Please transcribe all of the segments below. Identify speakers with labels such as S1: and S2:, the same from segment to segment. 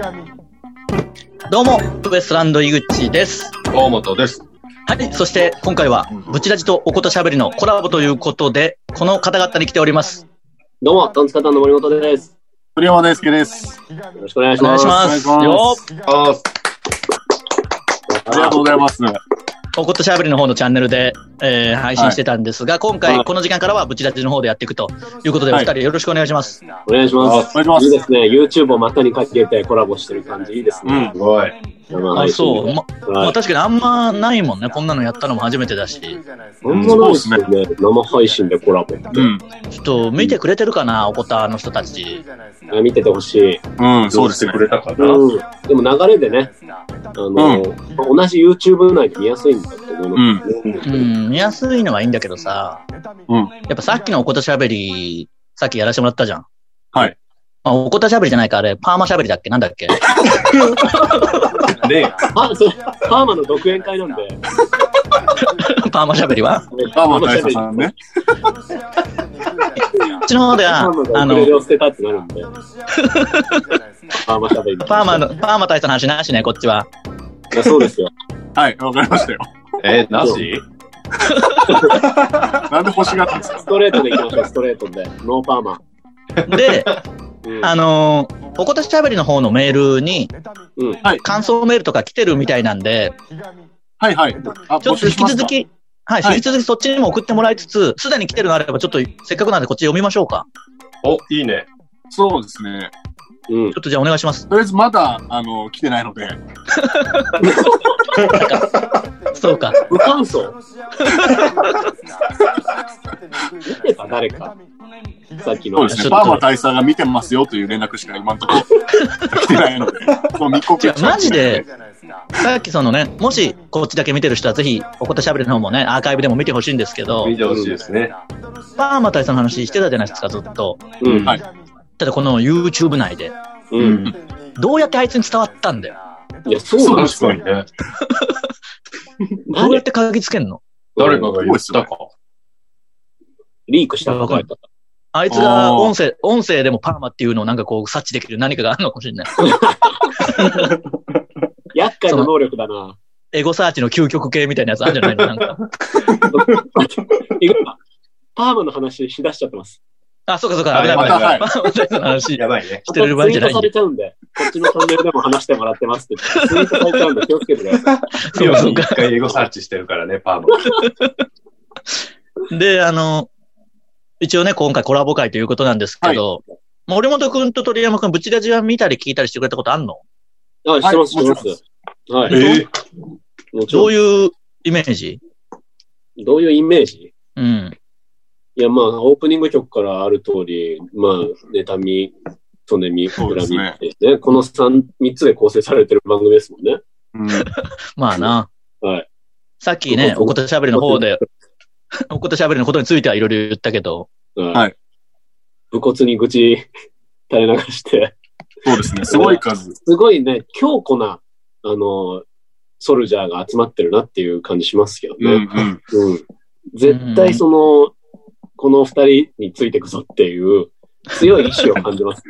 S1: 闇。
S2: どうも、ウエストランド井口です。
S3: 大本です。
S2: はい、そして今回は、ブチラジとおことしゃべりのコラボということで、この方々に来ております。
S4: どうも、トンツカタンの森本です。
S3: 栗山大輔です。
S4: よろしくお願いし
S2: お願
S4: ま
S2: いし
S4: す。
S2: ます。
S3: お願いし
S2: よ
S3: ま
S1: あ
S3: あありがとうございます。
S2: おことしゃべりの方のチャンネルで、えー配信してたんですが、今
S3: は
S2: 回
S3: い
S2: この時間からはブチラジの方でやっていくということで、お
S3: は
S2: 二
S3: い
S2: 人よろしくお願いします。
S4: お願いします。
S3: お願いします
S4: いいですね。YouTube を股にかけてコラボしてる感じ、いいですね。
S3: すごい。
S4: は
S2: あ
S4: い
S2: そう、ま、ま
S4: は
S2: あ
S4: い。
S2: 確かにあんまないもんね。こんなのやったのも初めてだし。
S4: 本物ですね。生配信でコラボ。
S3: うん。
S2: ちょっと見てくれてるかな、おこたの人たち。
S4: あ見ててほしい。
S3: うん、そうですね。くれたか
S4: うん。でも流れでね、あの、同じ YouTube 内で見やすいんだと思います、ね。
S2: うん、見やすいのはいいんだけどさ、
S3: うん。
S2: やっぱさっきのおことしゃべり、さっきやらせてもらったじゃん。
S3: はい。
S2: まあ、おこたしゃべりじゃないか、あれ、パーマしゃべりだっけなんだっ け
S3: で、
S4: あ、そう、パーマの独演会なんで。
S2: パーマしゃべり は
S3: パーマ大佐さんね。
S2: うちの方では、
S4: パ
S2: あ
S4: ーマの遅れ
S2: の、
S4: を捨てたってなるんで。パーマ喋り。
S2: パーマの、パーマ大佐の話なしね、こっちは。
S4: いやそうですよ。
S3: はい、わかりましたよ。
S5: えー、なし
S3: なんで星が立つ
S4: ストレートでいきましょう、ストレートで。ノーパーマ。
S2: で、
S4: うん
S2: あのーおこたしゃべりの方のメールに、
S4: うん
S3: はい
S2: 感想メールとか来てるみたいなんで、
S3: はいはい。あ、
S2: ちょっ
S3: 募
S2: と
S3: 集
S2: 引
S3: し
S2: き
S3: ます
S2: 続
S3: か
S2: き、はい、
S3: はい
S2: 引き続きそっちにも送ってもらいつつ、すでに来てるのあれば、ちょっとせっかくなんでこっち読みましょうか。
S5: お、いいね。
S3: そうですね。
S4: うん
S2: ちょ。っとじゃあお願いし ます。
S3: とりあえずまだ、あの、来てないので。
S2: そうか。
S4: 無感想見てた誰かさっき
S3: そう
S4: の
S3: で。
S2: ちょ
S3: す
S2: っと
S3: ね。パーマ大佐が見てますよという連絡しか今んとこ 来てないので。もう密 告
S2: 違う、マジで、
S1: で
S2: さっきそのね、もしこっちだけ見てる人は、ぜひ、おこたしゃべりの方もね、アーカイブでも見てほしいんですけど
S5: 見、てほしいですね。。
S2: パーマ大佐の話してたじゃないですか、ずっと。
S4: うん。
S3: はい
S2: ただこの YouTube 内で。
S4: うん。
S2: どうやってあいつに伝わったんだよ。
S4: いや、そうなん
S3: そう
S4: で
S3: ですすね。
S5: ね。
S2: どうやって鍵つけんの
S5: 誰かが言ったか。
S4: リークしたとか言った
S2: あいつが音声、音声でもパーマっていうのをなんかこう察知できる何かがあるのかもしれない。
S4: 厄介な能力だな。
S2: エゴサーチの究極系みたいなやつあるんじゃないのなんか。
S4: いくかパーマの話しだしちゃってます。
S2: あ、そうかそうか、危ない危
S3: ま
S2: ない。
S3: た、はい。
S2: パーマ大佐の 話し
S5: やばいね。
S2: てる場合じゃない
S4: ここツイートされちゃうんで、こっちのチャンネルでも話してもらってますって言って、ツイートされちゃうんで気をつけてください。
S2: そうか
S5: 今
S2: そう
S5: 一
S2: か。
S5: 回エゴサーチしてるからね、パーマ。
S2: で、あの、一応ね、今回コラボ会ということなんですけど、もう森本くんと鳥山くん、ブチラジは見たり聞いたりしてくれたことあんの
S4: あ、してます、してます。は
S3: はいも
S4: い。
S5: え
S4: もち
S2: どう
S4: ろ
S2: んいうイメージ
S4: どういうイメージ
S2: うん。
S4: いや、まあ、オープニング曲からある通り、まあ、妬み、とねみ、
S3: そう
S4: 恨み
S3: ですね
S4: ですね。この三、三つで構成されてる番組ですもんね。
S3: うん
S2: まあな。
S4: はい。
S2: さっきね、
S4: そうそう
S2: おことしゃべりの方で、おことしゃべりのことについてはいろいろ言ったけど、
S3: はい
S4: 武骨に愚痴垂れ流して、
S3: そうですね。すごい数。
S4: すごいね、強固な、あの、ソルジャーが集まってるなっていう感じしますけど
S3: うんう
S4: ね。
S3: ん。
S4: うん。絶対その、この二人についてくぞっていう、強い意志を感じます。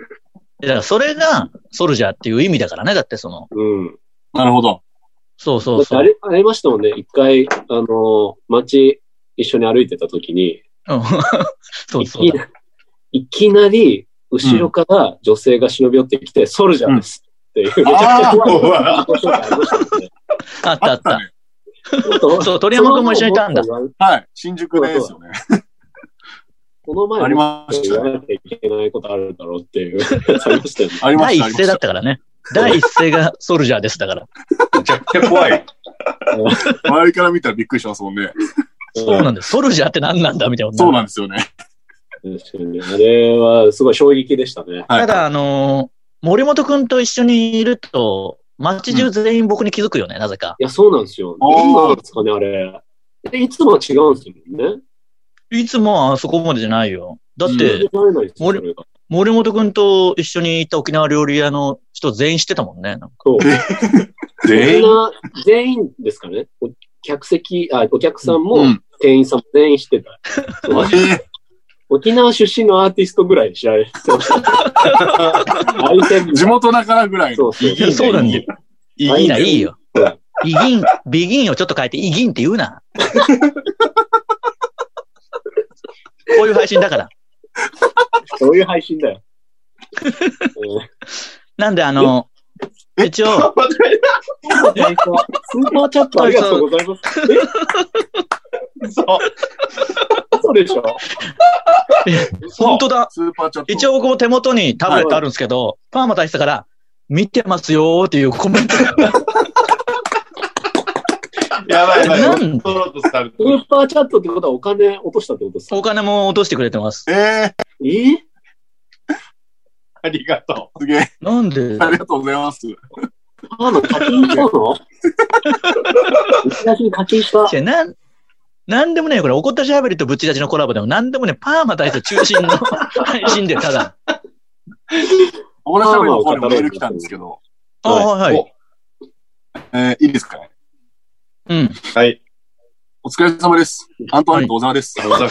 S2: だからそれがソルジャーっていう意味だからね、だってその、
S4: うん。
S3: なるほど。
S2: そうそ
S4: だ
S2: う
S4: って
S2: そ
S4: あ
S2: う。
S4: れ、ありましたもんね。一回、あのー街、一緒に歩いてた時に、
S2: うん そうそう
S4: いきなり、いきなり、後ろから女性が忍び寄ってきて、ソルジャーですっていう、めちゃくちゃ怖い
S5: あ
S4: 自己紹介ありましたもんね。
S2: だ。あったあった。
S4: ちょっと
S2: そう、鳥山くんも一緒にいたんだ。。
S3: はい。新宿ですよね。
S4: この前、
S3: ありました
S4: 言
S3: ね。
S4: わなきゃいけないことあるだろうっていうやつありましたよね。
S3: ありま
S2: 第
S3: した。あ
S2: 一
S3: り
S2: 声
S3: まし
S2: だ
S3: た
S2: ったからね。第一声がソルジャーですだから。
S5: めちゃくちゃ怖い。
S3: 周りから見たらびっくりしますもんね。
S2: そうなんだよ。ソルジャーって何なんだみたいな。
S3: そうなんですよね。
S4: うん確かにねあれは、すごい衝撃でしたね。
S3: は
S2: た
S3: い
S2: だ、あのー森本くんと一緒にいると、街中全員僕に気づくよね、なぜか。
S4: いや、そうなんですよ。
S3: あー
S4: 何なんですかね、あれ。でいつもは違うんですよね。
S2: いつもはあそこまでじゃないよ。だって、
S4: 信じられないですよ
S2: 森
S4: それが
S2: 森本くんと一緒に行った沖縄料理屋の人全員知ってたもんね。
S4: そう。み
S5: 全
S4: ん
S5: 員
S4: な、全員ですかね。お客席、あ、お客さんも
S3: うん、
S4: 店員さんも全員してた。
S3: えー
S4: 沖縄出身のアーティストぐらいに知られてました。愛せん
S3: 地元だからぐらいの。
S4: そうそう。
S5: いいね
S2: そうなんだよ。い
S5: い
S2: い
S5: い
S2: な、
S5: ね
S2: いいよ
S4: うん。
S2: イギン、ビギンをちょっと変えて、イギンって言うな。 こういう配信だから。
S4: そういう配信だよ。
S2: なんで、あの、一応、
S4: うん最高スーパーチャットありがとうございます。
S5: そう。
S4: 嘘でしょ
S5: そう
S2: 本当だ。
S3: スーパーチャット。
S2: 一応僕も手元にタブレットあるんですけど、パーマ大したから、見てますよーっていうコメントが。
S5: やばいやばい。
S2: なんで
S5: 取ろうとしたら
S4: スーパーチャットってことはお金落としたってことですか
S2: お金も落としてくれてます。
S3: え
S4: え
S3: え
S4: ー
S5: ありがと
S3: ー、すげえ。
S2: なんで
S3: ありがとうございます。
S4: パーの課金したの 打ち出しに課金した。
S2: 違うなん、なんでもね、これ、怒ったしゃべりとぶち立ちのコラボでも、なんでもね、パーマ大佐中心の配信で、ただ。
S3: 小倉しゃべりの方にもメール来たんですけど、
S2: あはいはい。
S3: えー、いいですかね。
S2: うん。
S5: う。はい。
S3: お疲れ様です。アントワネット小沢です。
S5: あのさ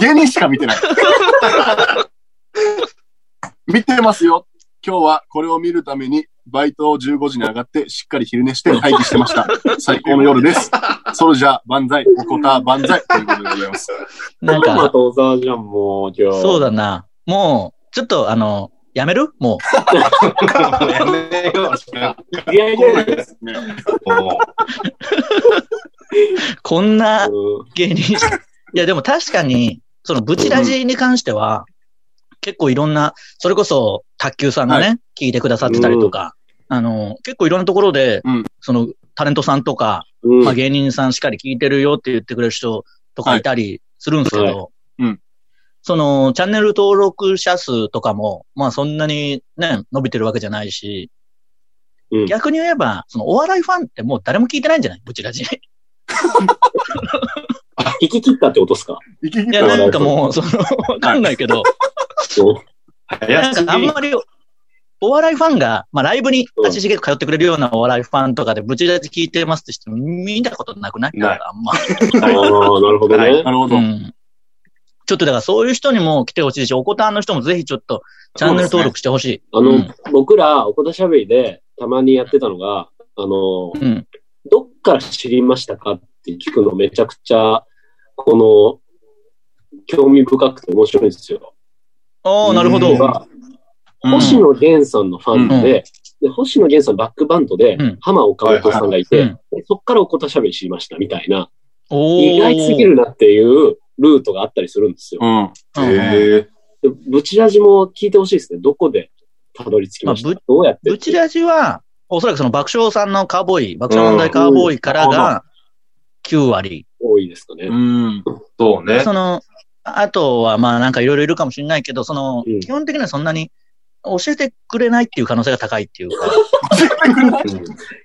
S3: 芸人しか見てない。見てますよ。今日はこれを見るために、バイトを15時に上がって、しっかり昼寝して待機してました。最高の夜です。ソルジャー万歳、おこた万歳ということでございます。
S2: なん
S4: パーマ
S2: か、
S4: と小沢じゃん、もう、今日。
S2: そうだな。もう、ちょっと、あの、やめるも
S5: もうやめようしか
S4: 知り合いじゃないです
S5: も
S2: う、 こん
S4: か
S2: な
S4: うん
S2: 芸人。いや、でも確かに、その、ブチラジに関しては、結構いろんな、それこそ、卓球さんがね、聞いてくださってたりとか、あの、結構いろんなところで
S3: うん、
S2: その、タレントさんとか、
S4: うん
S2: まあ、芸人さんしっかり聞いてるよって言ってくれる人とかいたりするんですけど、
S4: はい
S3: うん
S2: その、チャンネル登録者数とかも、まあそんなにね、伸びてるわけじゃないし、
S4: うん
S2: 逆に言えば、そのお笑いファンってもう誰も聞いてないんじゃないブチラジ。い
S4: 引き切ったってことですか
S3: 生き切っ
S2: や、
S3: た
S2: な
S3: ら
S2: んかもう、その、わかんないけど、
S5: う、
S2: な
S5: 怪
S2: ん
S5: しい
S2: かあんまり、お笑いファンが、まあライブに足しげく通ってくれるようなお笑いファンとかで、ブチラジ聞いてますって人見たことなくない
S5: ない
S2: あんま。
S4: ああ、なるほど
S5: はい
S4: ね
S3: な。るほど。
S2: うんちょっとだからそういう人にも来てほしいし、おこたんの人もぜひちょっとチャンネル登録してほしい。
S4: あ
S2: う
S4: の
S2: ん、
S4: 僕ら、おこたしゃべりで、たまにやってたのが、あの、
S2: うん。
S4: どっから知りましたかって聞くのめちゃくちゃ、この、興味深くて面白いんですよ。
S2: ああ、なるほ
S3: う
S2: ど
S3: ん。
S4: が
S3: うん
S4: 星野源さんのファンで、
S2: うん
S4: で星野源さんバックバンドで、
S2: うん
S4: 浜岡本さんがいて、
S2: うん
S4: でそっからおこたしゃべり知りましたみたいな、
S2: おー
S4: 意外すぎ。るなっていうルートがあったりするんですよ。
S3: うん。
S2: うん
S5: へえ
S4: でブチラジも聞いてほしいですね。どこでたどり着きました、
S2: まあ
S4: どうやって
S2: ブチラジは、おそらくその爆笑さんのカーボーイ、爆笑問題カーボーイからが9割。
S4: 多いですかね。
S3: うん。
S5: そうね。
S2: その、あとはまあなんかいろいろいるかもしれないけど、その
S4: うん、
S2: 基本的にはそんなに教えてくれないっていう可能性が高いっていうか、
S4: い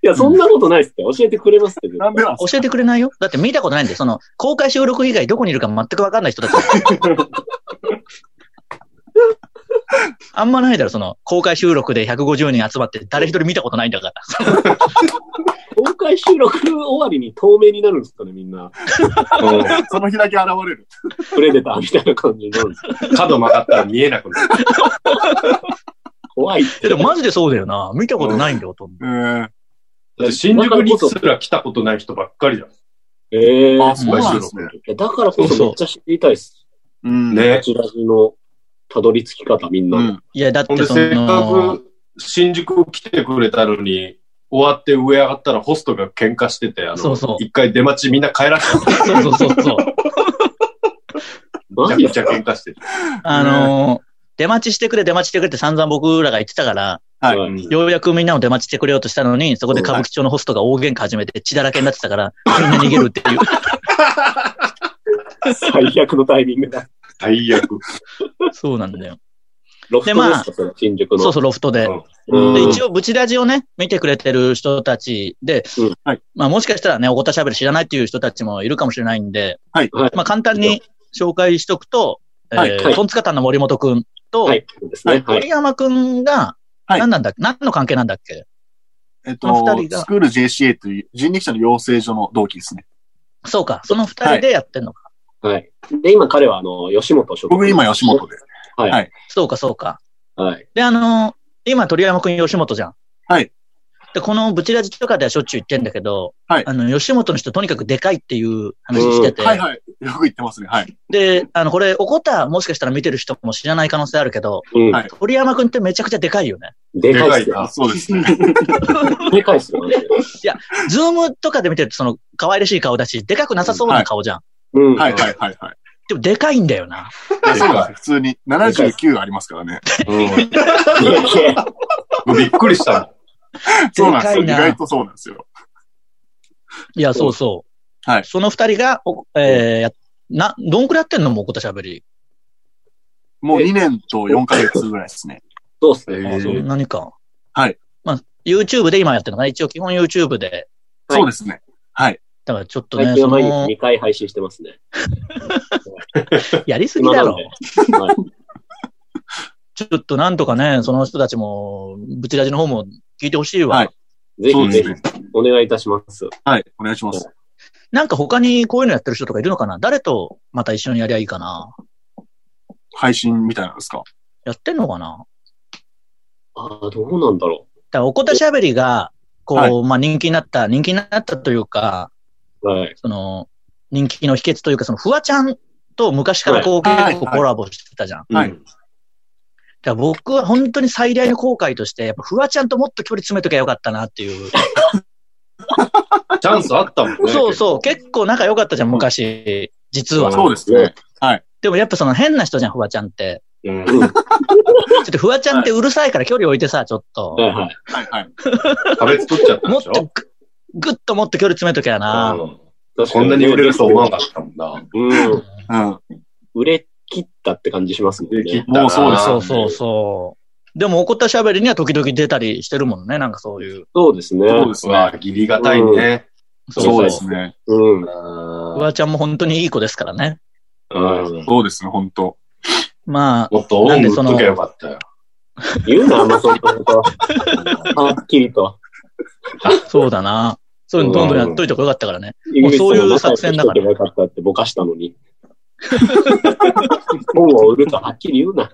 S4: や、そんなことないっすって。教えてくれますって。
S3: なんでなんす
S2: 教えてくれないよだって見たことないんで、その、公開収録以外どこにいるか全くわかんない人だから。あんまないだろ、その、公開収録で150人集まって誰一人見たことないんだから。
S4: 公開収録終わりに透明になるんですかね、みんな。
S5: う
S3: かその日だけ現れる。
S4: プレデターみたいな感じになるんですか
S5: ん角曲がったら見えなくなる。
S4: 怖いって。
S2: でもマジでそうだよな。見たことないんだよ、と思う。
S3: えー、
S5: だって新宿にすら来たことない人ばっかりじゃ
S4: ええ
S3: あ、そうなんですね。
S4: いやだからこそめっちゃ知りたいっす。
S3: うん。
S5: ん。ね
S4: ブ。チラジのたどり着き方、みんな
S3: う
S4: の。
S3: ん。
S2: いや、だっ
S5: ほん
S2: て
S5: で、
S2: そ
S5: せっか
S2: の、
S5: く新宿来てくれたのに、終わって上上がったらホストが喧嘩してて、あの、
S2: そうそう
S5: 一回出待ちみんな帰らせて、
S2: そうそうそうそう。
S5: めち
S4: マ
S5: ゃ
S4: ジ
S5: め
S4: で
S5: ちゃ喧嘩してる。
S2: あのー、出待ちしてくれ、出待ちしてくれって散々僕らが言ってたから、
S3: はい。
S4: はい
S2: ようやくみんなを出待ちしてくれようとしたのに、そこで歌舞伎町のホストが大喧嘩始めて血だらけになってたから、みんな逃げるっていう。
S4: 最悪のタイミングだ。
S5: 最悪。
S2: そうなんだよ。
S4: ロフトですか、それ新宿の。
S2: そうそう、ロフトで。
S4: うん
S2: で、一応、ブチラジをね、見てくれてる人たちで、
S4: うん
S3: はい
S2: まあ、もしかしたらね、おこたしゃべり知らないっていう人たちもいるかもしれないんで、
S3: はい
S4: はい
S2: まあ、簡単に紹介しとくと、
S3: はい
S2: えー
S4: はい
S2: トンツカタンの森本くんと、
S4: はい。そうですね。はい。
S2: 鳥山くんが、
S3: はい
S2: 何なんだっけ何の関係なんだっけ
S3: えっ
S2: その
S3: と
S2: 二人、が
S3: スクール JCA という人力車の養成所の同期ですね。
S2: そうか、その二人でやってんのか。
S4: はい。で、今彼は、あの、吉本所属。
S3: 僕今吉本で。
S4: はい。
S3: はい
S2: そうか、そうか。
S4: はい。
S2: で、あの、今、鳥山くん吉本じゃん。
S3: はい。
S2: で、このブチラジとかではしょっちゅう言ってんだけど、
S3: はい
S2: あの、吉本の人とにかくでかいっていう話してて、
S3: はいはい。よく言ってますね。はい。
S2: で、あの、これ、怒ったもしかしたら見てる人も知らない可能性あるけど、
S4: うん。
S3: はい
S2: 鳥山くんってめちゃくちゃでかいよね。
S4: でかいっす
S5: でかい
S4: よ
S5: な。
S3: そうですね。
S4: でかいっすよ、マジで
S2: ズームとかで見てると、その、可愛らしい顔だし、でかくなさそうな顔じゃん。
S4: うん。
S3: はいはいはいはい。
S2: でも、でかいんだよな。
S3: いやそうなんです。普通に79ありますからね。
S5: う
S4: いやいや
S5: ん。びっくりしたもん。
S3: そうなんで
S2: で
S3: すよ。
S2: か
S3: 意
S2: いな
S3: 外とそうなんですよ。
S2: いや、そうそう。
S3: はい
S2: その二人が、おえー、やな、どんくらいやってんのもうことしゃべり。
S3: もう2年と4ヶ月ぐらいですね。
S4: そうっすね。
S5: えー
S2: あ、そんなにか。
S3: はい。
S2: まあ、YouTube で今やってるのかな一応基本 YouTube で。
S4: はい
S3: そうですね。はい。
S2: だからちょっと
S4: 最
S2: ね、
S4: 近は
S2: そ
S4: 毎日
S2: の、
S4: 2回配信してますね。
S2: やりすぎだろ。
S4: 暇なんではい
S2: ちょっとなんとかね、その人たちも、ブチラジの方も聞いてほしいわ。
S3: はい
S4: ぜ
S3: そう
S4: ひ
S3: で
S4: ぜ
S3: すね。
S4: ひ、お願いいたします。
S3: はい。お願いします。
S2: なんか他にこういうのやってる人とかいるのかな誰とまた一緒にやりゃいいかな
S3: 配信みたいなんですか
S2: やってんのかな
S4: ああ、どうなんだろ
S2: だから、おこたしゃべりが、こう、
S3: は
S2: まあ人気になった、人気になったというか、
S4: う。はい。
S2: その、人気の秘訣というか、その、フワちゃんと昔からこう、
S3: はい
S2: 結構コラボしてたじゃん。
S3: はい
S5: うん。
S2: だから僕は本当に最大の後悔として、やっぱフワちゃんともっと距離詰めときゃよかったなっていう。
S5: チャンスあったもんね。
S2: そうそう、結構仲良かったじゃん、昔。実は。
S3: そうですね。
S2: でもやっぱその変な人じゃん、フワちゃんって。
S5: う。うん。
S2: ちょっとフワちゃんってうるさいから距離置いてさ、ちょっと。
S4: はいはい。
S3: はいはい。
S5: 壁作っちゃった
S2: も
S5: で
S2: っ
S5: しょ
S2: とぐ、ぐっともっと距離詰めときゃな。
S5: うん
S4: 確か
S5: こんなに売れると思わなかったもんな。
S4: うん。
S3: うん。
S4: 売れ切ったって感じしますもん
S5: 売れ切っ
S4: ね。
S5: た
S3: もうそうです
S2: そうそうそう。でも怒った喋りには時々出たりしてるもんね、なんかそういう。
S4: そうですね。
S3: そうです
S5: うわ
S3: ね。
S5: ぁ、ギリがたいね。
S3: そうですね。
S4: うん。
S2: フ
S5: う
S2: ワちゃんも本当にいい子ですからね。
S5: ん。
S3: そうですね、本当
S2: ま あ、
S5: もっとオンぶっとけばよかったよ。
S4: 言うな、アマゾンのこと。はっきりと。
S2: そうだな。そういうのどんどんやっといてこよかったからね。も
S4: も
S2: うそういう作戦だから
S4: よかったってぼかしたのに。 本を売るとはっきり言うな。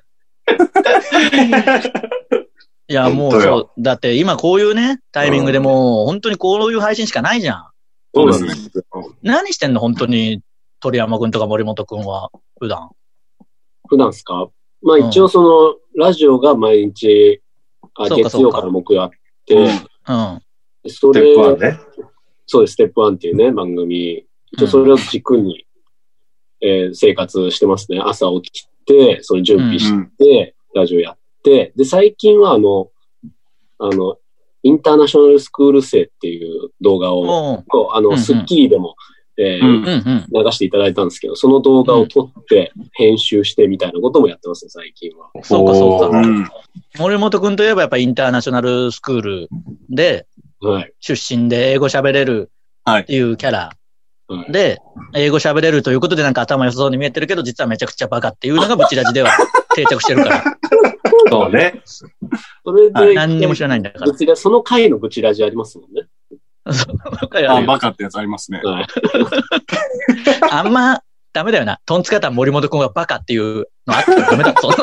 S2: いや、もう
S5: 本当
S2: そう
S5: よ。
S2: だって今こういうね、タイミングでもう本当にこういう配信しかないじゃん。
S4: そう
S3: ですね
S4: なんですよ。
S2: 何してんの本当に、鳥山くんとか森本くんは、普段。
S4: 普段ですかまあ一応その、ラジオが毎日、あ
S2: そうか
S4: 月曜から木曜あって、
S2: うん。
S4: そ
S5: ステ
S4: れ、
S5: ップはね。
S4: そうです、ステップ1っていうね、番組。一応それを軸に、えー生活してますね。朝起きて、その準備
S3: う
S4: し
S3: ん。
S4: て、ラジオやって、で、最近はあの、あの、インターナショナルスクール生っていう動画を、
S2: も
S4: こうあ
S2: うんう
S4: の、
S2: ん
S4: スッキリでも、え
S2: う、
S4: ー
S2: うんうん。
S4: 流していただいたんですけど、その動画を撮って、編集してみたいなこともやってますね、最近は。
S2: そうかそう
S3: う
S2: か
S3: ん。
S2: 森本くんといえばやっぱインターナショナルスクールで、
S4: はい。
S2: 出身で英語喋れるっていうキャラ
S4: はい
S2: で、英語喋れるということでなんか頭良さそうに見えてるけど、実はめちゃくちゃバカっていうのがブチラジ では定着してるから。
S5: そうね。
S4: それで、
S3: はい
S2: 何にも知らないんだか
S4: ブチラその回のブチラジありますもんね。
S2: ら。その中や
S3: あ、
S2: るよ
S3: バカってやつありますね。
S4: はい。
S2: あんま、ダメだよな。トンツカタン森本くんがバカっていうのあったらダ メだ。その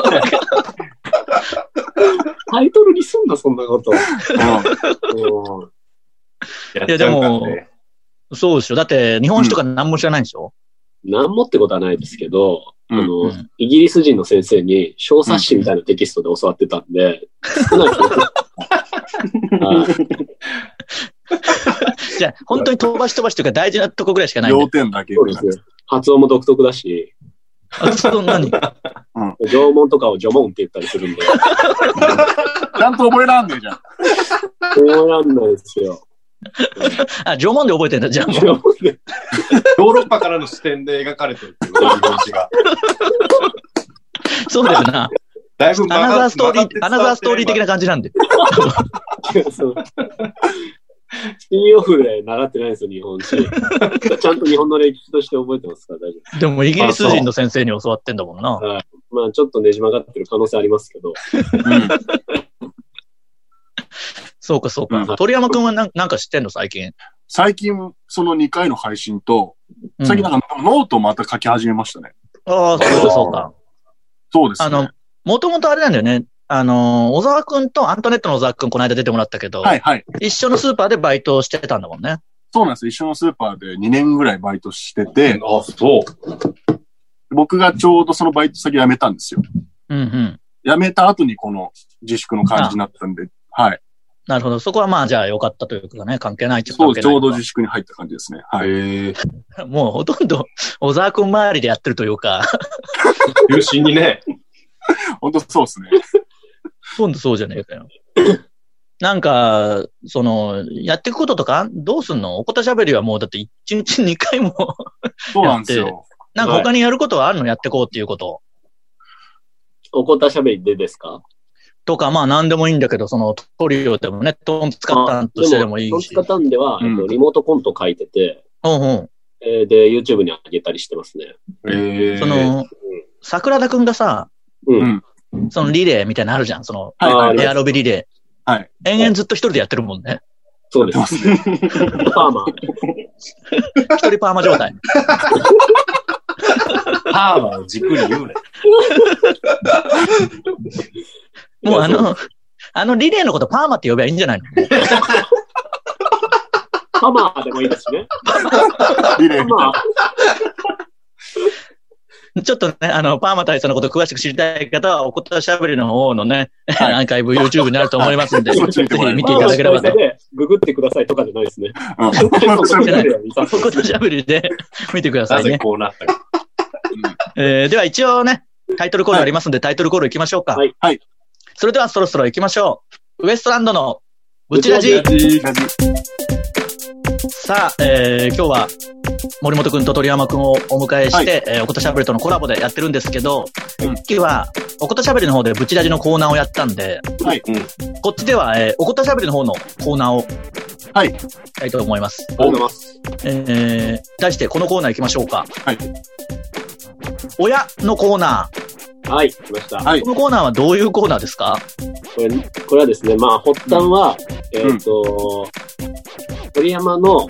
S4: タイトルにすんな、そんなこと。
S3: う
S4: うん
S5: やっ
S2: いや
S5: ち
S2: で
S5: ゃうか
S2: も
S5: らね。
S2: そうでしょ。だって、日本史とか何も知らないでしょ、
S4: 何もってことはないですけど、
S3: うん
S4: あの、
S2: うん
S4: イギリス人の先生に小冊子みたいなテキストで教わってたんで、少なくとも はい
S2: じゃあ、本当に飛ばし飛ばしというか大事なとこぐらいしか
S3: ん。
S2: ないんだ
S3: 要
S2: よ。
S3: 点だけ
S4: そうですよ。発音も独特だし、
S2: あ その何
S4: 縄文とかを縄文って言ったりするんで、
S3: ちゃんと覚えらんねえじゃん。
S4: こうやんないですよ。
S2: あ、縄文で覚えてんだ、じゃあもう。
S4: 縄文で
S5: ヨーロッパからの視点で描かれてるっていう日本史が。
S2: そうだよな。
S5: だいぶ
S2: アナザーストーリー、アナザーストーリー的
S5: な。
S2: な感じなんで。
S4: そのスピンオフで習ってないですよ、日本史。ちゃんと日本の歴史として覚えてますから大丈
S2: でも、イギリス人の先生に教わってんだもんな。
S4: 夫。まあ、ちょっとねじ曲がってる可能性ありますけど、
S3: うん。
S2: そうか、そうか。
S3: うん
S2: 鳥山くんはなんなんか知ってんの、最近。
S3: 最近、その2回の配信と、
S2: うん
S3: 最近なんかノートまた書き始めましたね。
S2: ああ、そうか、そうか。
S3: そうですね。
S2: あの、もともとあれなんだよね。あの、小沢くんとアントネットの小沢くんこの間出てもらったけど、
S3: はいはい。
S2: 一緒のスーパーでバイトをしてたんだもんね。
S3: そうなんですよ。一緒のスーパーで2年ぐらいバイトしてて、
S5: あ、そう。
S3: 僕がちょうどそのバイト先辞めたんですよ。
S2: うんうん。
S3: 辞めた後にこの自粛の感じになったんで、はい。
S2: なるほど。そこはまあ、じゃあ良かったというかね、関係ないっちゃ
S3: そ
S2: 関
S3: う、
S2: 係
S3: ち
S2: ない
S3: ょ
S2: の
S3: うど
S2: か。
S3: 自粛に入った感じですね。はい。
S5: へえ。
S2: もうほとんど、小沢くん周りでやってるというか、
S5: 中心にね。
S3: 本当そうですね。
S2: ほとんどそうじゃねえかよ。なんか、その、やっていくこととか、どうすんのおこたしゃべりはもうだって1日2回も、
S3: そうなんですよ。
S2: なんか他にやることはあるのやってこうっていうこと。
S4: おこたしゃべりでですか
S2: とか、まあ何でもいいんだけど、そのトリオでもね、トンツカタンとしてでもい
S4: トン
S2: い
S4: ツ
S2: し。
S4: カタンでは、
S3: うん
S4: えっとリモートコント書いてて、
S2: うんうん。
S4: えーで、YouTube に上げたりしてますね。
S5: へえ。
S2: その、桜田くんがさ、
S4: うん。
S3: うん
S2: そのリレーみたいなのあるじゃん、その、
S3: はいはい。
S2: エアロビリレー。
S3: はい。
S2: 延々ずっと一人でやってるもんね。
S4: そうです。パーマ。
S2: 一人パーマ状態。
S5: パーマをじっくり言うね。
S2: もうあの、あのリレーのことパーマって呼べばいいんじゃないの
S4: パーマでもいいですしね。
S3: リ
S4: パー
S3: レーみたい
S4: マ
S3: な。
S2: ちょっとね、あの、パーマ大佐のこと詳しく知りたい方は、おこたしゃべりの方のね、
S3: はい
S2: アーカイブ YouTube になると思いますんで、
S3: はい
S2: ぜ
S3: そっち見てもら
S2: ひ
S3: え
S2: 見
S3: ば
S2: ていただければ
S4: パ
S2: ね
S4: ーマ。でググってくださいとかじゃないですね。
S3: うん
S2: おこたしゃべりで見てくださ
S5: ないぜ
S2: ね。
S5: こうなったか。
S2: えーでは一応ね、タイトルコールありますんで、タイトルコール行きましょうか。
S4: はい
S3: はい。
S2: それではそろそろ行きましょう。ウエストランドのブチラジ。さあ、えー今日は森本くんと鳥山くんをお迎えして、
S3: はい
S2: えーおことしゃべりとのコラボでやってるんですけど、
S3: うん
S2: 今日はおことしゃべりの方でブチラジのコーナーをやったんで、
S3: はい
S5: うん
S2: こっちでは、えーおことしゃべりの方のコーナーを、
S3: は
S2: や
S3: い
S2: りたいと思います。
S4: ありがとうございます。
S2: えー、題してこのコーナー行きましょうか。
S3: はい
S2: 親のコーナ
S4: はい、来ました。
S3: はい
S2: ー。こ。のコーナーはどういうコーナーですか
S4: これ、これはですね、まあ、発端は、えっ、と、鳥山の、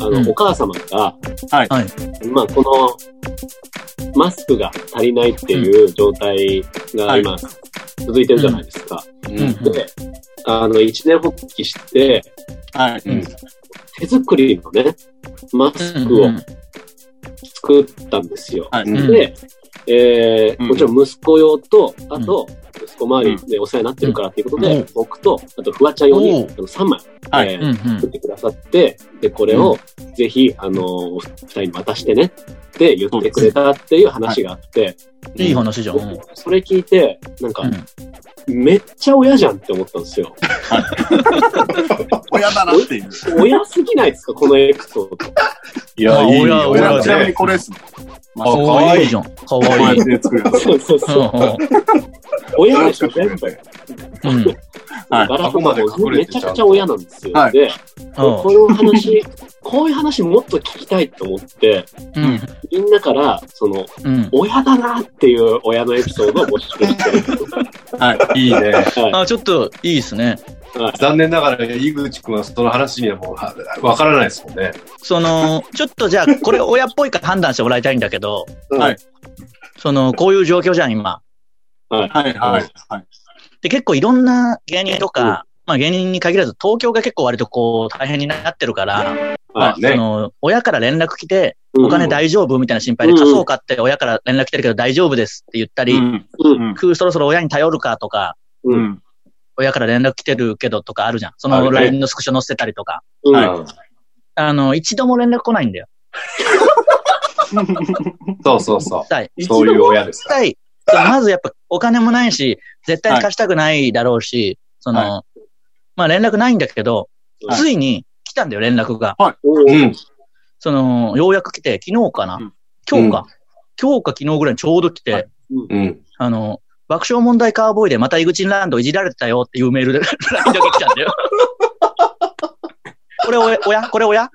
S4: あの、
S2: うん
S4: お母様が、
S3: はい
S2: は
S4: まあ、この、マスクが足りないっていう状態が今、続いてるじゃないですか。
S5: う
S2: うん
S5: ん。
S4: で、あの、一年発起して、
S3: はい。
S5: うん
S4: 手作りのね、マスクを作ったんですよ。
S3: はい。
S5: うん
S4: で、えー
S3: うん
S4: もちろん息子用と、あと、息子周りでお世話になってるからっていうことで、
S2: うん
S4: 僕と、あとフワちゃん用に
S2: おう
S4: あの3枚、
S3: はい
S4: えー
S2: うんうん
S4: 作ってくださって、で、これをぜひ、あのー、お二人に渡してねって言ってくれたっていう話があって、
S2: いい話じゃん。
S4: 僕それ聞いて、なんか
S2: う、ん
S4: めっちゃ親じゃんって思ったんですよ。
S3: 親だなっていう。
S4: 親すぎないですか、このエピソー ド。
S5: いや、
S2: あ
S5: いい
S2: 親
S5: よ。
S2: 親
S5: 親
S3: 親
S5: ね
S3: ちなみにこれですね。まあ
S5: あ
S2: か
S3: こ
S2: わいいじゃん。か
S3: う
S2: わ
S3: や
S2: いい
S3: っ。て作るやつ。
S4: そうそうそう。親でしょ、
S3: 作って
S4: 全
S3: く
S4: 部
S3: れ。て。
S2: うん。
S3: は
S4: ガ
S3: い
S4: ラスまでめちゃくちゃ親なんですよ。
S3: はい
S4: で、
S2: うん
S4: こ の話、こういう話もっと聞きたいと思って、
S2: うん。
S4: みんなから、その、
S2: うん。
S4: 親だなっていう親のエピソードを募集 してるんですよ。
S5: いいね。
S2: あ、ちょっといいですね。
S5: 残念ながら、井口くんはその話にはもうはわからないですもんね。
S2: その、ちょっとじゃあ、これ親っぽいか判断してもらいたいんだけど、
S3: はい
S2: その、こういう状況じゃん、今。
S3: はいはいはい。
S2: で、結構いろんな芸人とか、まあ芸人に限らず、東京が結構割とこう、大変になってるから、
S5: まあ
S2: そ
S5: ね。
S2: の、親から連絡来て、
S4: うん
S2: お金大丈夫みたいな心配で、
S4: うん
S2: 貸そうかって親から連絡来てるけど大丈夫ですって言った
S3: う
S2: り、
S3: ん。
S4: うん。
S2: くそろそろ親に頼るかとか、
S4: う。
S3: うんん。
S2: 親から連絡来てるけどとかあるじゃん。そ
S5: あ
S2: の
S5: るね
S2: LINE のスクショ載せてたりとか。
S4: うん。
S3: はい
S2: あの、一度も連絡来ないんだよ。
S5: そうそうそ
S2: はい。
S5: う。そういう親です
S2: 絶
S5: か
S2: 対、そのまずやっぱお金もないし、絶対に貸したくないだろうし、その、まあ連絡ないんだけど、
S4: はい
S2: ついに来たんだよ、連絡が。
S4: お
S5: ら。う
S4: ー
S5: ん。
S2: その、ようやく来て、昨日かな、
S3: うん
S2: 今日か、今日か昨日ぐらいにちょうど来て、
S3: は
S5: うん。
S2: あの、爆笑問題カーボーイでまた井口ランドいじられてたよっていうメールで、ラインだけ来たんだよ。これ親、親これ親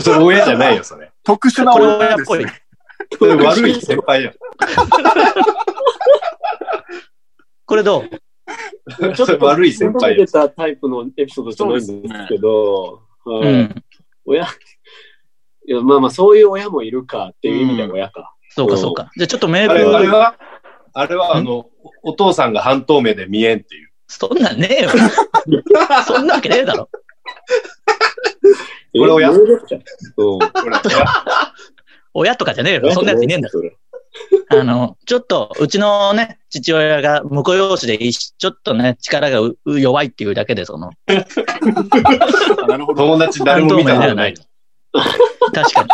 S5: それ親じゃないよ、それ。
S3: 特殊な
S2: これ
S3: 親
S2: 親っ
S3: です
S2: ぽい
S3: ね。。
S5: それ悪い先輩や。
S2: これどう
S4: ちょっと
S5: 悪い先輩
S4: 出たタイプのエピソードじゃないんですけど、
S2: う
S4: はい
S2: ん。
S4: 親、いや、まあまあ、そういう親もいるかっていう意味で親か。
S2: そうか、そうか。じゃあちょっと
S5: あ
S2: 名
S5: れあれ
S2: 分、
S5: は、あれは、あの、おお父さんが半透明で見えんっていう。
S2: そんなんねえよ。そんなわけねえだろ。
S5: 俺親
S4: え能力者うん。
S5: これ
S2: 親とかじゃねえよ。そんなやついねえんだろ。
S4: それ
S2: あの、ちょっと、うちのね、父親が婿養子で一緒、ちょっとね、力がうう弱いっていうだけで、その、
S3: あなるほど。
S5: 友達誰も見たことない。
S2: 確 かに。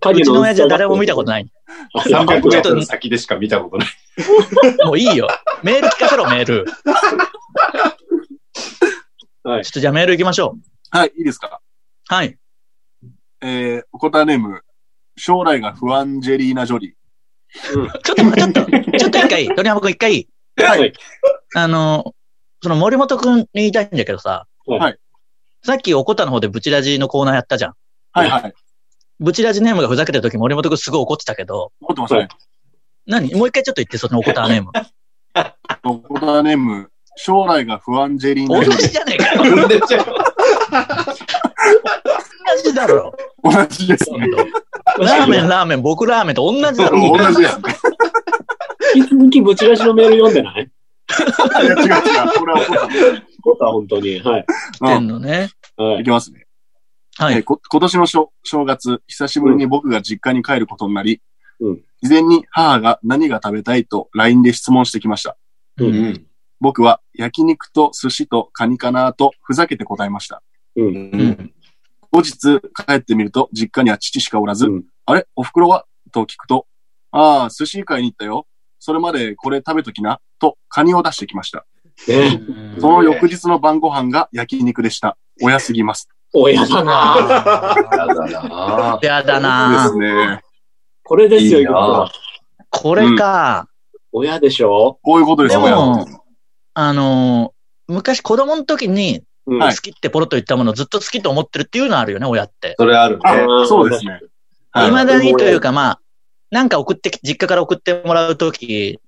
S4: 影
S2: うちの親父は誰も見たこと
S4: ない。
S2: ない。
S5: 300メートル先でしか見たことない。
S2: もういいよ。メール聞かせろ、メール。
S4: はい
S2: ちょっとじゃあメール行きましょう。
S3: はい、いいですか。
S2: はい。
S3: えー、おこたネーム、将来が不安ジェリーナ・ジョリー。。
S2: ちょっと、ちょっと、ちょっと一回、鳥山くん一回、
S4: はい。
S2: あの、その森本くんに言いたいんだけどさ、
S4: はい
S2: さっきおこたの方でブチラジのコーナーやったじゃん。
S3: はいはい。
S2: ブチラジネームがふざけてる時森本くんすごい怒ってたけど、
S3: 怒ってましたね。
S2: 何もう一回ちょっと言って、そのおこたネーム。
S3: おこたネーム、将来が不安ジェリー
S2: 同
S3: ナ・ジョリ
S2: じじゃねえかよ。
S5: でちょ
S2: 同じだろ。
S3: ー。同じです ね。
S2: ラーメン、ラーメン、僕ラーメンと同じだろ。
S3: 同じですね。
S4: 引き続きぶち出しのメール読んでない
S3: いや違う違う。これは怒ったね
S4: そうか、本当に。はい。
S2: って
S3: うんん。
S2: のね。
S4: はいい。
S3: きますね。
S2: は
S3: えー
S2: い。
S3: こ今年のしょ正月、久しぶりに僕が実家に帰ることになり、
S4: うん
S3: 事前に母が何が食べたいと LINE で質問してきました。
S4: う
S5: うん。
S3: 僕は焼肉と寿司とカニかなとふざけて答えました。
S4: うん。
S5: うん。
S3: 後日帰ってみると実家には父しかおらず、
S4: うん
S3: あれお袋はと聞くと、ああ、寿司買いに行ったよ。それまでこれ食べときな。とカニを出してきました。
S4: ね
S3: その翌日の晩ご飯が焼肉でした。親すぎます。
S4: 親だな
S5: やだな
S2: やだ
S3: で
S2: な
S3: すね。
S4: これですよ、
S5: いいな
S4: 今
S2: これか。
S4: 親でしょ
S3: こういうことです
S2: で
S3: よ
S2: も、あのー、昔子供の時に
S4: うん
S2: 好
S3: はい
S2: きってポロッと言ったものをずっと好きと思ってるっていうのはあるよね、親って。
S5: それあるね。
S3: あそうですね。
S5: はい
S2: 未だにというかまあ、なんか送ってき、実家から送ってもらう時、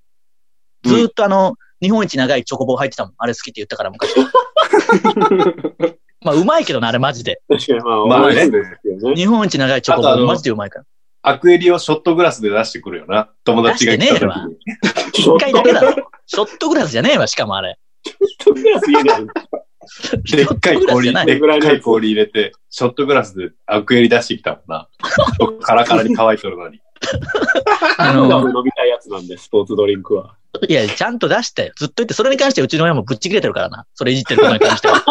S2: ずーっとあの、日本一長いチョコ棒入ってたもん。あれ好きって言ったから 昔。まあ、うまいけどな、あれマジで。
S4: 確かに、まあ、
S5: まあね
S4: 親ですよね。
S2: 日本一長いチョコ
S5: あとあ
S2: 棒、
S5: の
S2: マジでうまいから。
S5: アクエリをショットグラスで出してくるよな。友達が来た時
S2: 出して
S5: に。
S2: 一回だけだろ。ショットグラスじゃねえわ、しかもあれ。
S4: ちょっとグラス家にある。
S5: でっかい
S2: ショットグラスじ
S5: 氷、
S2: ゃない
S5: でっかい氷入れて、ショットグラスでアクエリ出してきたもんな。カラカラに乾いとるのに。
S2: あ
S4: 僕
S2: の
S4: はもう飲みたいやつなんで、スポーツドリンクは。
S2: いや、ちゃんと出したよ。ずっと言って、それに関してうちの親もぶっち切れてるからな。それいじってることに関して は。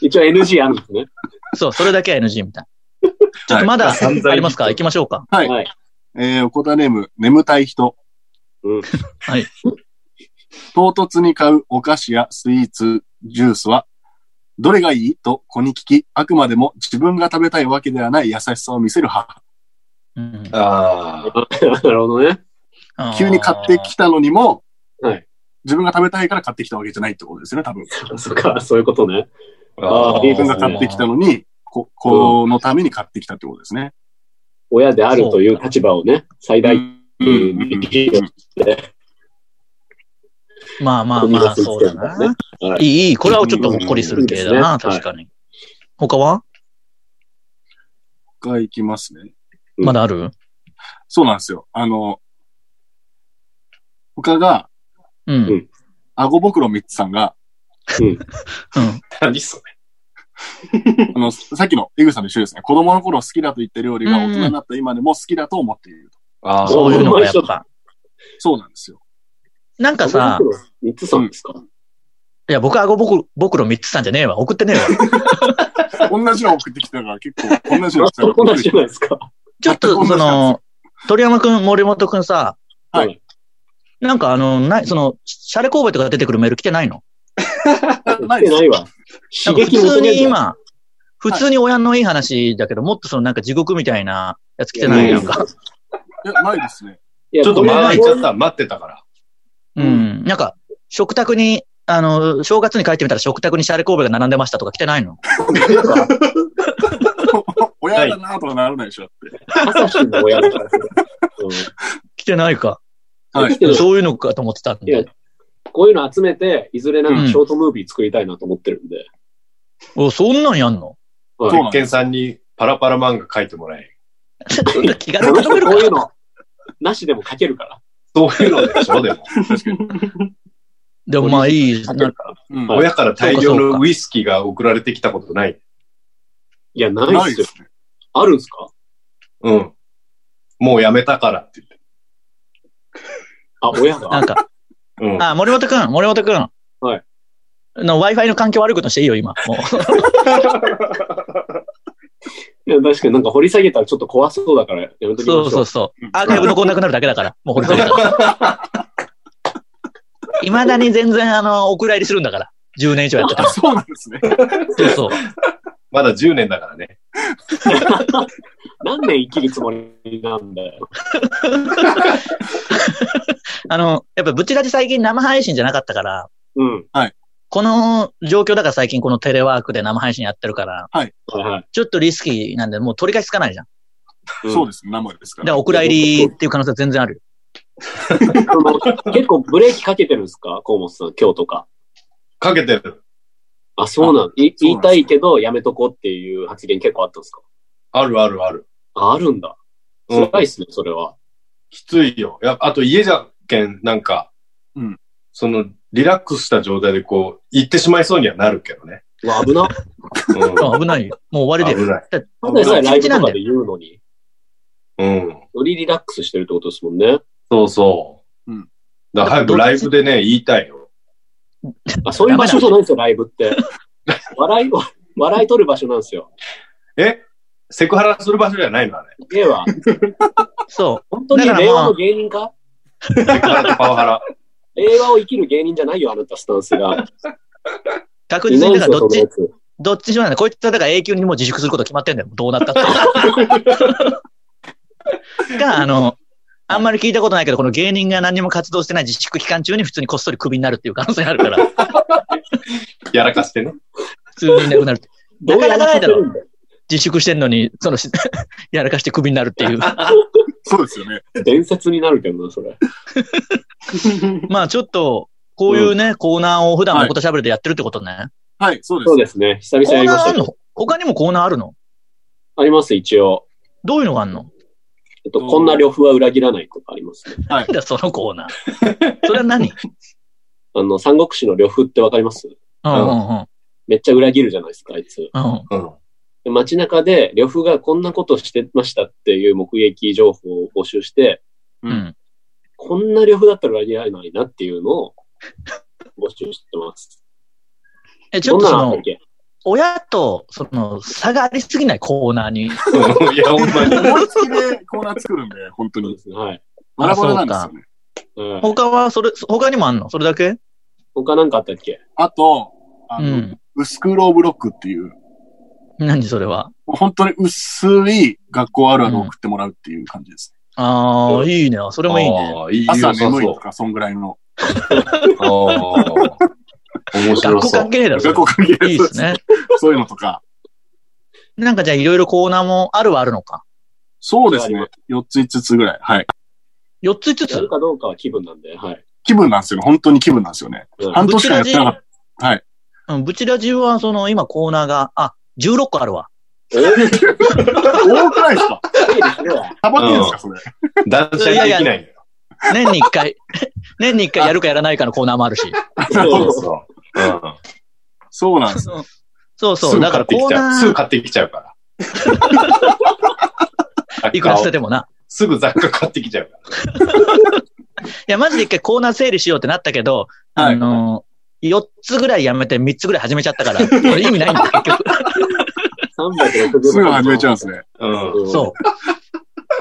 S4: 一応 NG あるんですね。
S2: そう、それだけは NG みたいな。ちょっとまだ
S5: 散々
S2: ありますか行きましょうか。
S3: はい。
S4: はい。
S3: えー、おこたネーム、眠たい人。
S4: うん
S2: はい。
S3: 唐突に買うお菓子やスイーツ、ジュースは、どれがいいと子に聞き、あくまでも自分が食べたいわけではない優しさを見せる母。
S2: うん
S5: ああ。
S4: なるほどね。
S3: 急に買ってきたのにも、
S4: はい
S3: 自分が食べたいから買ってきたわけじゃないってことですよね、多分。
S4: そっか、そういうことね。あー
S3: 自分が買ってきたのに、こ、このために買ってきたってことですね。
S4: 親であるという立場をね、最大
S3: うんうん
S2: まあまあまあ、そうだな。いい、いい。これはちょっとほっこりする系だ
S4: う
S2: な、
S4: ん
S2: 確かに。他は
S3: がいきますね。
S4: うん
S2: まだある
S3: そうなんですよ。あの、他が、
S2: う
S4: うん
S2: ん。
S3: 顎袋三つさんが、
S5: 何それ。
S3: あの、さっきの江口さんと一緒ですね。子供の頃好きだと言った料理が大人になった今でも好きだと思っている。
S5: あ
S4: そ
S2: そ
S5: あ。
S2: ういうのがやっぱ。
S3: そうなんですよ。
S2: なんかさ、、
S4: 三つさんですか
S2: いや、僕、顎ぼく、ぼくろ3つさんじゃねえわ。送ってねえわ。
S3: 同じの送ってきたから結構、同じの
S4: あ
S3: 送って
S4: そ
S3: きた
S4: こ
S3: か
S4: なん
S3: ら
S4: じゃないですか。。
S2: ちょっと、その、鳥山くん、森本くんさ、
S3: はい
S2: なんかあの、ない、その、シャレ神戸とか出てくるメール来てないの
S3: な
S4: ないい
S3: で
S4: ですないわ。
S2: なん
S4: 刺
S2: か普
S4: 激
S2: 通
S4: 求める
S2: に
S4: じゃん。
S2: 今、普通に親のいい話だけど、もっとそのなんか地獄みたいなやつ来てないなんか。
S3: いや、ないですね。
S4: いや
S5: ちょっと
S4: ごめん
S5: 間
S4: なさ
S5: が空
S4: い
S5: いちゃった。待ってたから。
S2: う
S3: うん
S2: ん。なんか、食卓に、あの、正月に帰ってみたら食卓にシャレ神戸が並んでましたとか来てないの
S3: 親だなとかならないでしょ。
S4: 朝日の親だから。うん
S2: 来てないか。
S3: はい。
S4: けど
S2: そういうのかと思ってたん
S4: いや
S2: で。
S4: こういうの集めて、いずれなんかショートムービー作りたいなと思ってるんで。
S2: お、そんなんやんの
S4: はい
S3: そうなん
S5: 鉄拳さんにパラパラ漫画書いてもらえ。
S2: 気軽
S4: こ
S2: に
S4: の
S2: 書
S4: 人
S2: け
S4: こうい
S2: るか
S4: うの、なしでも書けるから。
S5: そういうのでしょ、でも。
S2: でもまあいい
S4: 書。けるから。
S3: うん
S4: はい
S5: 親から大量のウイスキーが送られてきたことない。
S4: いや、な
S3: な
S4: っ
S3: いい
S4: す
S3: で
S4: よ。
S3: すね。
S4: あるんすか
S5: うん。もうやめたからって言って。
S4: あ、親
S2: な
S4: が
S2: んか、
S5: うん。
S2: あ、森本くん、森本くん。
S4: はい。
S2: の Wi-Fi の環境悪いことしていいよ、今。もう
S4: いや、確かになんか掘り下げたらちょっと怖そうだから、やめときましょ。
S2: そううそうそう。アーカイブ残んなくなるだけだから。もう掘り下げたいまだに全然、あの、お蔵入りするんだから。10年以上 やってた
S3: あ、
S2: ら。
S3: そうなんですね。
S2: そうそう。
S5: まだ10年だからね。
S4: 何年生きるつもりなんだよ。
S2: あの、やっぱブチラジ最近生配信じゃなかったから、
S4: うん。
S2: この状況だから最近このテレワークで生配信やってるから、
S4: はいはい。
S2: ちょっとリスキーなんで、もう取り返しつかないじゃん。
S4: ん
S3: そうですね。生ですか。
S2: だかららお蔵入りっていう可能性全然あるよ。
S4: その結構ブレーキかけてるんですか河本さん、今日とか。
S5: かけてる。
S4: あ、そうなんい
S3: そう
S4: 言
S3: なん
S4: い
S3: で
S4: たい
S3: す
S4: けど、やめとこうっていう発言結構あったんですか
S5: あるあるある。
S4: あ、あるんだ。
S5: うん
S4: 辛いっすね、それは。
S5: きついよ。やあと家じゃけん、なんか、
S3: うん
S5: その、リラックスした状態でこう、行ってしまいそうにはなるけどね。
S4: うわ、危な。
S5: うん
S2: うん危ないよ。もう終わりで。
S5: 危ない。
S4: ただでさえライブ
S2: なん
S4: と
S2: だ
S4: か
S2: よ
S4: で言うのに、
S5: うん。
S4: よりリラックスしてるってことですもんね。
S5: そうそう。
S3: うん
S5: だから早くライブでね、言いたいよ。
S4: あ、そういう場所じゃないんですよ、ライブって。笑い、笑い取る場所なんですよ。
S5: えセクハラする場所じゃないのあれ。
S4: 令和。
S2: そ
S4: 本当に
S2: だからまあ
S4: 令和の芸人か
S5: セクハラとパワハラ。
S4: 令和を生きる芸人じゃないよ、あなたスタンスが。
S2: う。確
S4: い
S2: 実
S4: ないん
S2: に、
S4: で
S2: だ
S4: す
S2: から
S4: よ、
S2: ど
S4: そ
S2: っ
S4: の
S2: ち
S4: や、つ。
S2: どっちしろなんだ。こいつはだから永久にもう自粛すること決まってんだよ。どうなった って。が、あの、あんまり聞いたことないけど、この芸人が何も活動してない自粛期間中に普通にこっそりクビになるっていう可能性がある から、
S5: やらかしてね。
S2: 普通にいなくなるって。
S4: どうやらかしてるんだよ。
S2: 自粛してんのに、その、し やらかしてクビになるっていう。
S3: そうですよね。
S4: 伝説になるけどな、それ。
S2: まあちょっと、こういうね、コーナーを普段のこと喋るでやってるってことね。
S3: はい、そうで
S4: そう
S3: す。
S4: ですね。久々
S2: コ
S4: や
S2: ー
S4: り
S2: ナ
S4: ま
S2: ー
S4: し
S2: あ
S4: た
S2: る
S4: けど。
S2: の他にもコーナーあるの
S4: あります、一応。
S2: どういうのがあるの
S4: えっと、こんな呂布は裏切らないとかありますね。
S2: なんだそのコーナー。それは何
S4: あの、三国志の呂布ってわかります
S2: うんうんうん。
S4: めっちゃ裏切るじゃないですか、あいつ。
S2: うん。
S5: うん。
S4: で街中で、呂布がこんなことしてましたっていう目撃情報を募集して、
S2: うん。
S4: こんな呂布だったら裏切られないなっていうのを募集してます。
S2: え、ちょっとそ
S4: どんなのあった
S2: の
S4: っ、け
S2: 親と、その、差がありすぎないコーナーに。
S5: いや、ほんまに。
S3: 思いつきでコーナー作るんで、本当
S4: そう
S3: に
S4: で。すね、はい。
S3: バラバラなんですよね。
S4: はい
S2: 他は、それ、他にもあんのそれだけ
S4: 他なんかあったっけ
S3: あと、あ
S2: う
S3: の、
S2: ん。
S3: 薄くローブロックっていう、
S2: 何それは。
S3: 本当に薄い学校あるあるを送ってもらうっていう感じです。
S2: ああ、いいね。それもいいね。
S5: ああ、いいよ、
S3: 朝
S5: そう
S3: 眠い
S5: そ
S3: とか、そんぐらいの。
S5: う。ああ。面
S2: 学
S5: 白
S2: 校
S5: そう
S2: 関。係ねえだろそれ
S3: 学校。関係
S2: いいですね。
S3: そういうのとか。
S2: なんかじゃあいろいろコーナーもあるはあるのか。
S3: そうですね。4つ5つぐらい。はい。
S2: 4つ5
S4: や
S2: つ
S4: るかどうかは気分なんで、はい。
S3: 気分なんですよね。本当に気分なんですよね。
S4: うん
S3: 半年間やってなかっ
S2: うん、ブチラジは、その、今コーナーが、あ、16個あるわ。
S3: た。多くないですか
S4: いいですね
S3: たまってんですか、それ。
S5: 断捨離できないよ。
S2: 年に1回、 年に1回やるかやらないかのコーナーもあるし。
S3: やいや
S4: そ
S5: そううそう。うん。
S3: そうなんです。
S2: そう
S5: す
S2: そう。
S5: ぐ
S2: だか
S5: 買
S2: ら
S5: ってき
S2: コー
S5: ちゃう。
S2: ナ
S5: すぐ
S2: ー、
S5: 買ってきちゃうから。
S2: いくら捨ててもな。
S5: すぐ雑貨買ってきちゃうから。
S2: いや、マジで一回コーナー整理しようってなったけど、
S3: はい
S2: あのー、4つぐらいやめて3つぐらい始めちゃったから、これ意味ないん だ、結局。
S4: 360
S3: すぐ始めちゃうんですね。
S5: うん。
S4: うん
S2: そう。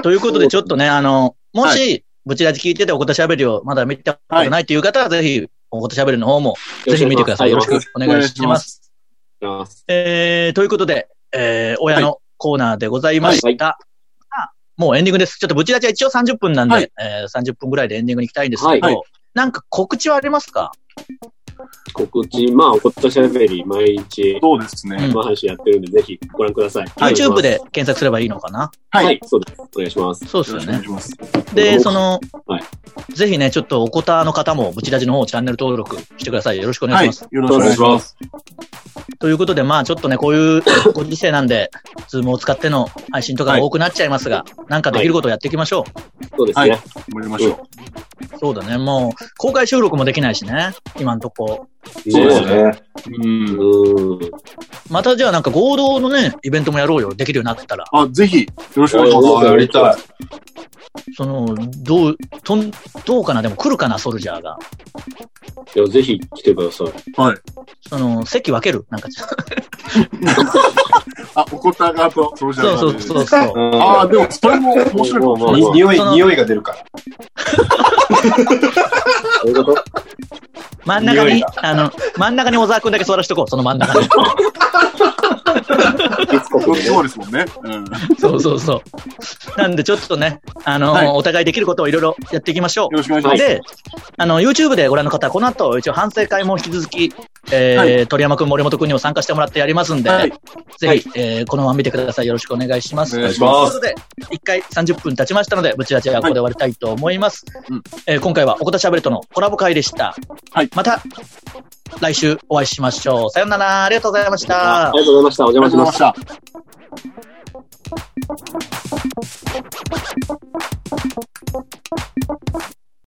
S2: ということで、ちょっとね、あの、もし、ブチラジ聞いてておことしゃべりをまだ見たことないっていう方は、ぜひ、おことしゃべりの方も、ぜひ見てください。よ
S4: よ
S2: ろ
S4: ろ
S2: し
S4: しく
S2: くお願いします。
S3: す。
S4: お願いします。
S2: えー、ということで、えー、親のコーナーでございました。
S4: は
S2: さあ
S4: い
S2: もうエンディングです。ちょっとブチラジは一応30分なんで、
S3: はい
S2: えー、30分ぐらいでエンディングに行きたいんですけど、
S4: はい
S3: は
S2: なんか告知はありますか
S4: 告知、まあ、おことしゃべり、毎日、
S3: そうですね。
S4: 生配信やってるんで、ぜひご覧ください。
S2: ?YouTube で検索すればいいのかな
S3: は。
S4: はいい。
S3: よ
S4: そうです。お願いします。
S2: そうです
S3: ろ
S2: よ
S3: しくお願い
S2: ね。
S3: します。
S2: で、その、
S4: はい
S2: ぜひね、ちょっとおこたの方も、ブチラジの方、チャンネル登録してください。よろしくお願い
S3: は
S2: し
S3: い。
S2: ま
S3: よ
S2: す。
S3: ろしくお願いします。
S2: ということで、まあちょっとね、こう いうご時世なんで、ズームを使っての配信とかが多くなっちゃいますが、なんかできることをやっていきましょ
S4: そうですね。
S3: 思いましょ
S2: う。そうだね、もう、公開収録もできないしね、今んとこ。
S5: そうです
S4: ね。
S5: ね。
S3: う。うん。
S4: うん。
S2: またじゃあなんか合同のね、イベントもやろうよ、できるようになったら。
S3: あ、ぜひ、よろしくお願いし
S5: あ
S3: ま
S5: あ、やりたい。
S2: その、どう、とん、どうかな、でも来るかな、ソルジャーが。
S4: いや、ぜひ来てください。
S3: す。はい。
S2: その、席分けるなんか、
S3: あ、おこたがと、そうじゃ
S2: そうそうそうそう。
S3: ああ、でも、それも面白いかもしれない。
S5: に匂い
S2: その、
S5: 匂いが出るから。
S4: そういうこと
S2: 真ん中
S5: 匂い
S2: に、あの、真ん中に小沢くんだけ座らしとこう、その真ん中に。
S4: いつこ
S3: そ
S4: こ
S3: う
S4: でね
S3: そうですもんね。うん。よ
S2: そうそうそう。なんでちょっとね、あの、
S3: はい
S2: お互いできることをいろいろやっていきましょう。
S3: ろしくお願いします。
S2: で、あの、YouTube でご覧の方は、この後、一応反省会も引き続き、えー
S3: はい
S2: 鳥山くん、森本くんにも参加してもらってやりますんで、
S3: はい
S2: ぜひ、
S4: はい
S2: えーこのまま見てください。よろしくお願いします。
S3: お
S2: という
S3: 願いし
S2: こ
S5: ま
S2: とで、一回30分経ちましたので、ブチラチはここで終わりたいと思います。
S3: うん
S2: えー今回は、おこたしゃべるとのコラボ会でした。
S3: はい
S2: また、来週お会いしましょう。さよなら、ありがとうございました。
S4: ありがとうございました。お
S3: あり
S4: 邪
S3: が
S4: 魔
S3: と
S4: し
S3: うござい
S4: ま
S3: ますし。た。